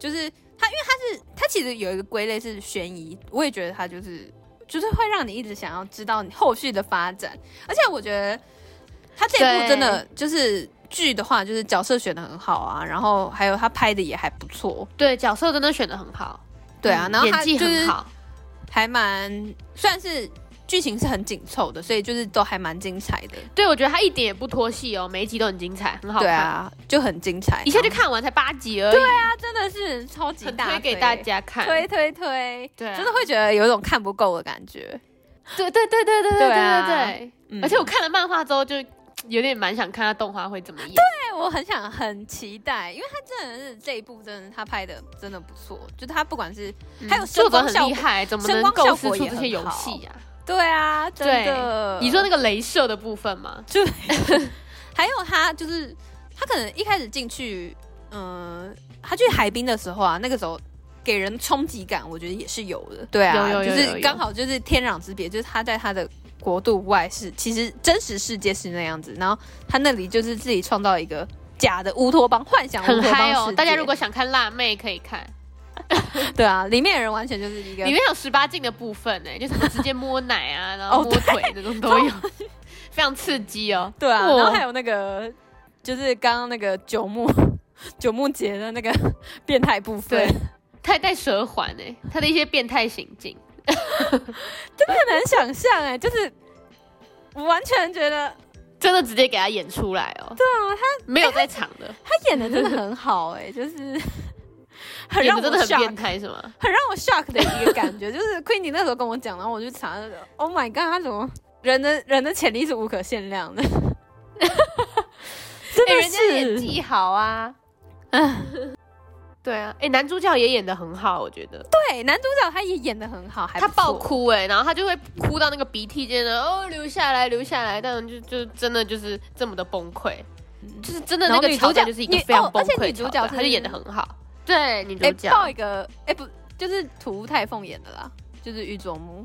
就是它，因为它是它其实有一个归类是悬疑，我也觉得它就是就是会让你一直想要知道你后续的发展。而且我觉得他这一部
对
真的就是剧的话，就是角色选的很好啊，然后还有他拍的也还不错，
对，角色真的选的很好，
对啊，
嗯
然后
演
他
技
就是
很好，
还蛮算是剧情是很紧凑的，所以就是都还蛮精彩的。
对我觉得他一点也不拖戏哦，每一集都很精彩，很好看，
对啊，就很精彩，
一下就
然后
看完才八集而已，对啊，
他真的是超级
很
大
推给大。家看，
推推推，
对啊
真的会觉得有一种看不够的感觉。
对对对对对对对
对啊
对对，
嗯
而且我看了漫画之后就。有点蛮想看他动画会怎么演，
对，我很想很期待，因为他真的是这一部，真的他拍的真的不错，就是他不管是
嗯
还有声
作者
光
很
效
厉
果
害，怎么
声
能
光
构
效
思
果
出
也
这些
很
游
好
戏啊？
对啊，真
对
的。
你说那个镭射的部分吗？
还有他就是他可能一开始进去，嗯、他去海滨的时候啊，那个时候给人冲击感，我觉得也是有的。对啊，
有有有
就
有有
是刚好就是天壤之别，就是他在他的国度外是其实真实世界是那样子，然后他那里就是自己创造一个假的乌托邦，幻想乌
很
托邦
嗨
世界。
哦！大家如果想看辣妹可以看，
对啊，里面的人完全就是一个
里面有十八禁的部分呢、就什么直接摸奶啊，然后
哦
摸腿那种都有， 非常刺激哦。
对啊，
哦
然后还有那个就是刚刚那个九木九木节的那个 变态部分，
对，他还戴蛇环哎、他的一些变态行径，
很难想象哎、就是我完全觉得哎
真的直接给他演出来哦。对啊，他没有在场的，
他演的真的很好哎、 就是很
演
让
的
我
真的很
shock，
变态是吗？
很让我 shock 的一个感 觉。就是 Queenie 那时候跟我讲，然后我去查那个，Oh my god，他怎么人的人的潜力是无可限量的，真
哎、
的
人家
是。
演技好啊。对啊，哎、男主角也演的很好，我觉得
对，男主角他也演的很好，还
他
不错
爆哭哎、然后他就会哭到那个鼻涕间的哦流下来流下来，但就就真的就是这么的崩溃，就是真的
嗯
那
然后
个
女主
桥段
角
就是一个
女
非常
哦
崩
而且
溃
女
的
主
桥
角
段，他就是演的很好，对女主
哎、
角，
爆一个哎、不就是土太凤演的啦，就是玉佐木。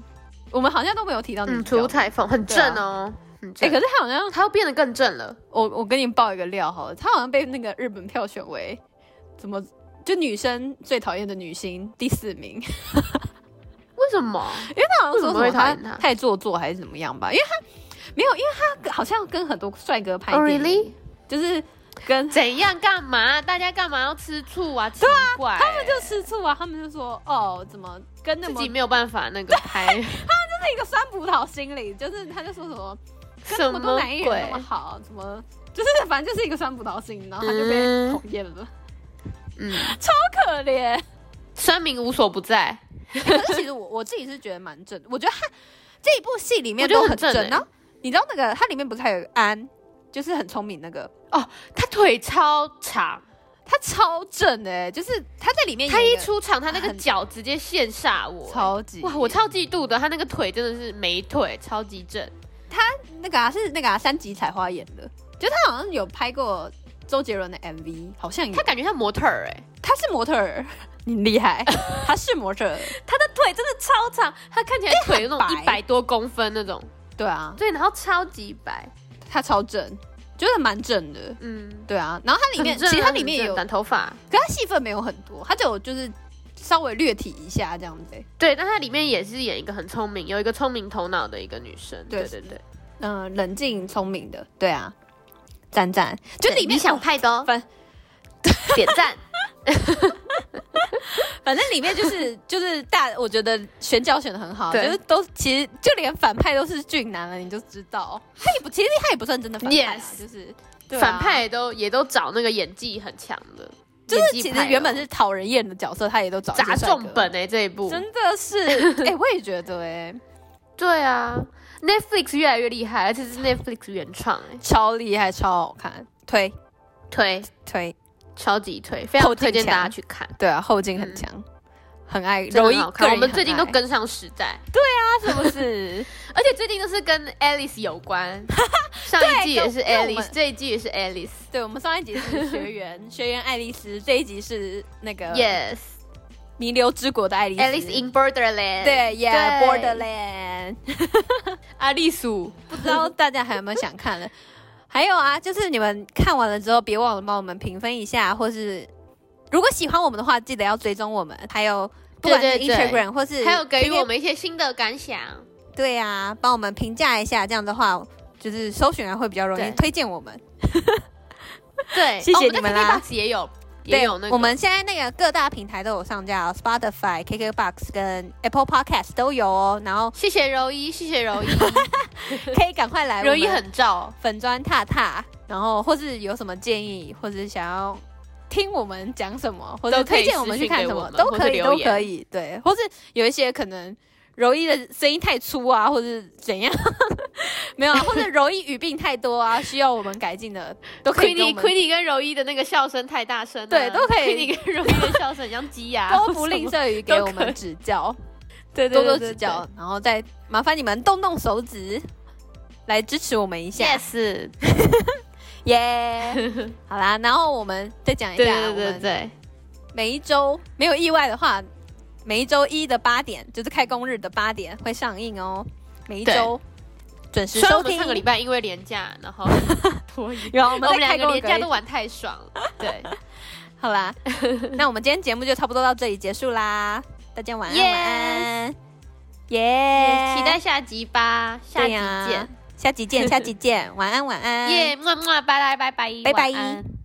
我们好像都没有提到女
嗯，
主角
涂彩凤很
对啊
正哦，很
哎、
正，
可是他好像
他又变得更正了。
我我跟你爆一个料好了，她好像被那个日本票选为怎么就女生最讨厌的女星第四名，因
为什么？
为她好
为
像说什
什么会讨
么
厌
她
她
太做作还是怎么样吧？因为她没有，因为她好像跟很多帅哥拍
Oh,
电影
really？
就是跟
怎样？干嘛？大家干嘛要吃醋啊？奇怪、他们
就吃醋啊，他们就说哦，怎么跟那
自
么
己没有办法那个
啊
拍
那个酸葡萄心理，就是他就说什么跟
什
那么多
么
男艺人那么
鬼？
好，怎么就是反正就是一个酸葡萄心理，然后他就被
嗯
讨厌了，
嗯，
好可怜。
酸民无所不在，
可是其实我我自己是觉得蛮正的，我觉得他这一部戏里面
我觉得
都
很
正。
正欸
然后你知道那个它里面不是还有一个安，就是很聪明那个，
他腿超长，
他超正哎、就是他在里面
他
演
一
一个
出场，他那个
很
脚直接羡煞我、
超级
哇，我超嫉妒的，他那个腿真的是美腿，超级正。
嗯那个啊是那个啊三级采花演的，就他好像有拍过周杰伦的 MV，好像有
他感觉像模特儿哎、
他是模特儿， 你厉害，他是模特儿，他的腿真的超长，
他看起来腿有那种
很
一
白
百多公分那种，
对啊，
对，然后超级白，
他超正，就是蛮正的，
嗯，
对啊。然后它里面
很
其
正啊
实它里
很
面也
正
有
短头发，
可他戏份没有很多，他只有就是稍微略提一下这样子欸、
对，但他里面也是演一个很聪明，有一个聪明头脑的一个女生，
对
对对对，
嗯、冷静聪明的，对啊，赞赞，就里面
理想派的哦，
反
点赞，
反正里面 就是就是大，我觉得选角选的很好，就
对
是都其实就连反派都是俊男了，你就知道他也不其实他也不算真的反派啊
Yes
就是、对啊
反派也都也都找那个演技很强的，
就是
演技
其
派
实
哦
原本是讨人厌的角色，他也都找一些
砸
帅哥
重本，哎、这一部
真 的是哎、我也觉得哎、
对啊，Netflix 越来越厉害，而且是 Netflix 原创、欸，
超厉害，超好看，推
推
推，
超级推，非常
后劲
推荐
强
大家去看。
对啊，后劲很
嗯
强。很爱
真
柔
的
一
很好看，我们最近都
跟。
跟上时代，
是不是？
而且最近都是跟 Alice 有 关。上一季也是
跟跟我
Alice，
们
这一季也是 Alice。
对，我们上一集是学员，学员爱丽丝，这一集是那 个
Yes，Alice
弥留之国的爱丽丝。
in Borderland。
对，Yeah
对
Borderland，
阿丽苏，
不知道大家还有没有想看的？还有啊，就是你们看完了之后，别忘了帮我们评分一下，或是如果喜欢我们的话，记得要追踪我们，还有
对
不管是
对对
Instagram 或是
还有给予
随便
我们一些新的感 想。
对啊，帮我们评价一下，这样的话就是搜寻啊会比较容易
对
推荐我们。
对，
谢谢
哦我
你们
在 KK
啦
Box 也有
对
也有那个，
我们现在那个各大平台都有上架、哦、，Spotify、KKBox 跟 Apple Podcast 都有哦。然 后
谢谢柔一，谢谢 柔一，
可以赶快来我
柔
们
一很照，
粉砖踏踏，然后或是有什么建议，或是想要听我们讲什么，或者
都可以
推荐我们去看什么，
私讯给
都
我们
可以，
或是留
都
言
可以。对，或是有一些可能柔一的声音太粗啊，或是怎样， 没有啊，或者柔一语病太 多啊，需要我们改进的，都可以
Queenie
给我
Queenie
们。
跟柔一的那个笑声太大声了，
对都可以
Queenie 跟柔一的笑声很像鸡 牙，
都不吝啬于给我
都可
们
以
指教，
对，对
多
对
多
对
指教，然后再麻烦你们动动手指来支持我们一
对
下。
，yes，
耶！好啦，然后我们再讲一下
对
我
对
们
对对，
每一周没有意外的话，每一周一的八点，就是开工日的八点会上映哦。每一周准时
虽然
收
我们
听
上。个礼拜因为廉价，然后拖延，
然后我
我
们在
们两
开
个
工
廉
隔
价
一
都玩太爽 了，对，
好 啦，那我们今天节目就差不多到这里结束啦。大家晚安
Yes
晚安，耶、
期待下集吧，下
对
集
呀
见，
下集见，下集见，晚安，晚安，
耶，么么，拜拜拜拜，
啊拜拜
晚安